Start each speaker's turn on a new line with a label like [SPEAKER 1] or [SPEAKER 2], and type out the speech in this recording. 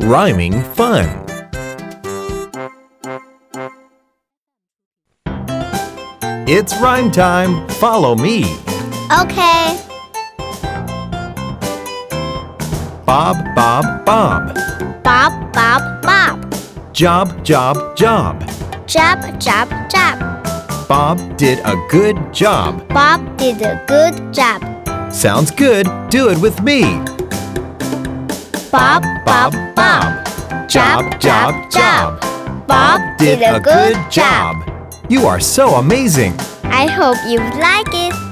[SPEAKER 1] Rhyming fun. It's rhyme time. Follow me.
[SPEAKER 2] Okay.
[SPEAKER 1] Bob, Bob, Bob.
[SPEAKER 2] Bob, bob, bob.
[SPEAKER 1] Job, job, job.
[SPEAKER 2] Job, job, job.
[SPEAKER 1] Bob did a good job.
[SPEAKER 2] Bob did a good job.
[SPEAKER 1] Sounds good. Do it with me.
[SPEAKER 2] Bob, bob, bob.
[SPEAKER 1] Job, job, job.
[SPEAKER 2] Bob did a good job.
[SPEAKER 1] You are so amazing.
[SPEAKER 2] I hope you like it.